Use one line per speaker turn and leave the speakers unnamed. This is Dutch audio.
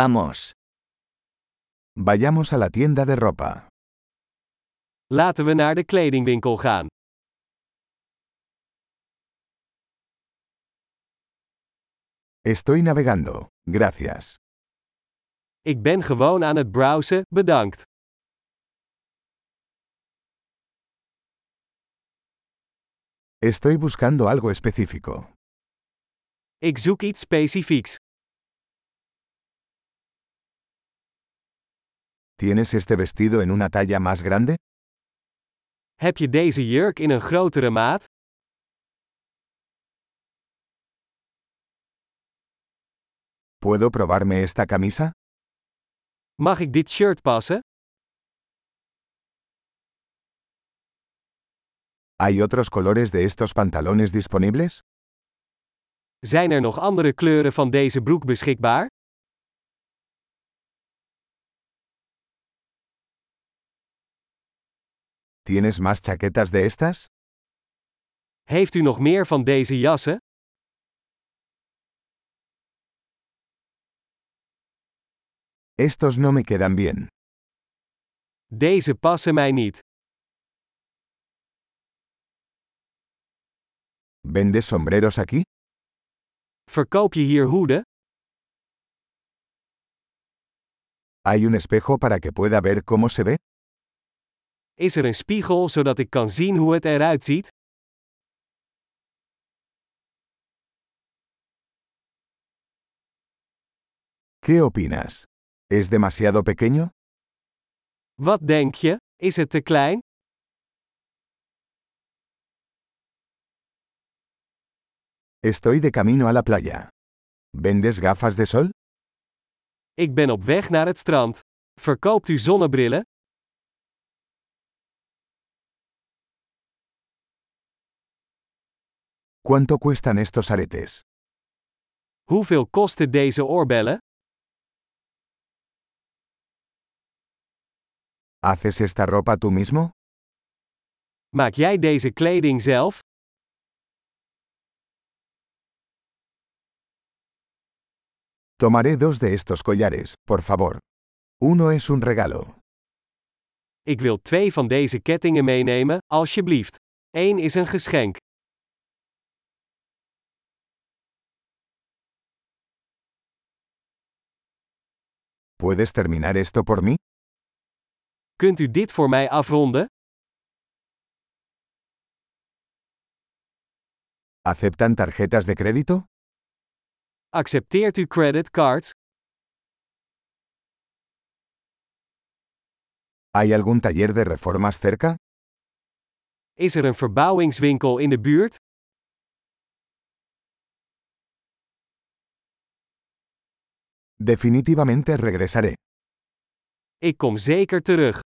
Vamos.
Vayamos a la tienda de ropa.
Laten we naar de kledingwinkel gaan.
Estoy navegando, gracias.
Ik ben gewoon aan het browsen, bedankt.
Estoy buscando algo específico.
Ik zoek iets specifieks.
¿Tienes este vestido en una talla más grande?
Heb je deze jurk in een grotere maat?
¿Puedo probarme esta camisa?
Mag ik dit shirt passen?
¿Hay otros colores de estos pantalones disponibles?
Zijn er nog andere kleuren van deze broek beschikbaar?
¿Tienes más chaquetas de estas?
Heeft u nog meer van deze jassen?
Estos no me quedan bien.
Deze passen mij niet.
¿Vendes sombreros aquí?
Verkoop je hier hoeden?
¿Hay un espejo para que pueda ver cómo se ve?
Is er een spiegel zodat ik kan zien hoe het eruit ziet?
¿Qué opinas? ¿Es demasiado pequeño?
Wat denk je? Is het te klein?
Estoy de camino a la playa. ¿Vendes gafas de sol?
Ik ben op weg naar het strand. Verkoopt u zonnebrillen?
¿Cuánto cuestan estos aretes?
Hoeveel kosten deze oorbellen?
¿Haces esta ropa tú mismo?
Maak jij deze kleding zelf?
Tomaré dos de estos collares, por favor. Uno es un regalo.
Ik wil twee van deze kettingen meenemen, alsjeblieft. Eén is een geschenk.
¿Puedes terminar esto por mí?
Kunt u dit voor mij afronden?
¿Aceptan tarjetas de crédito?
Accepteert u creditcards?
¿Hay algún taller de reformas cerca?
Is er een verbouwingswinkel in de buurt?
Definitivamente regresaré.
Ik kom zeker terug.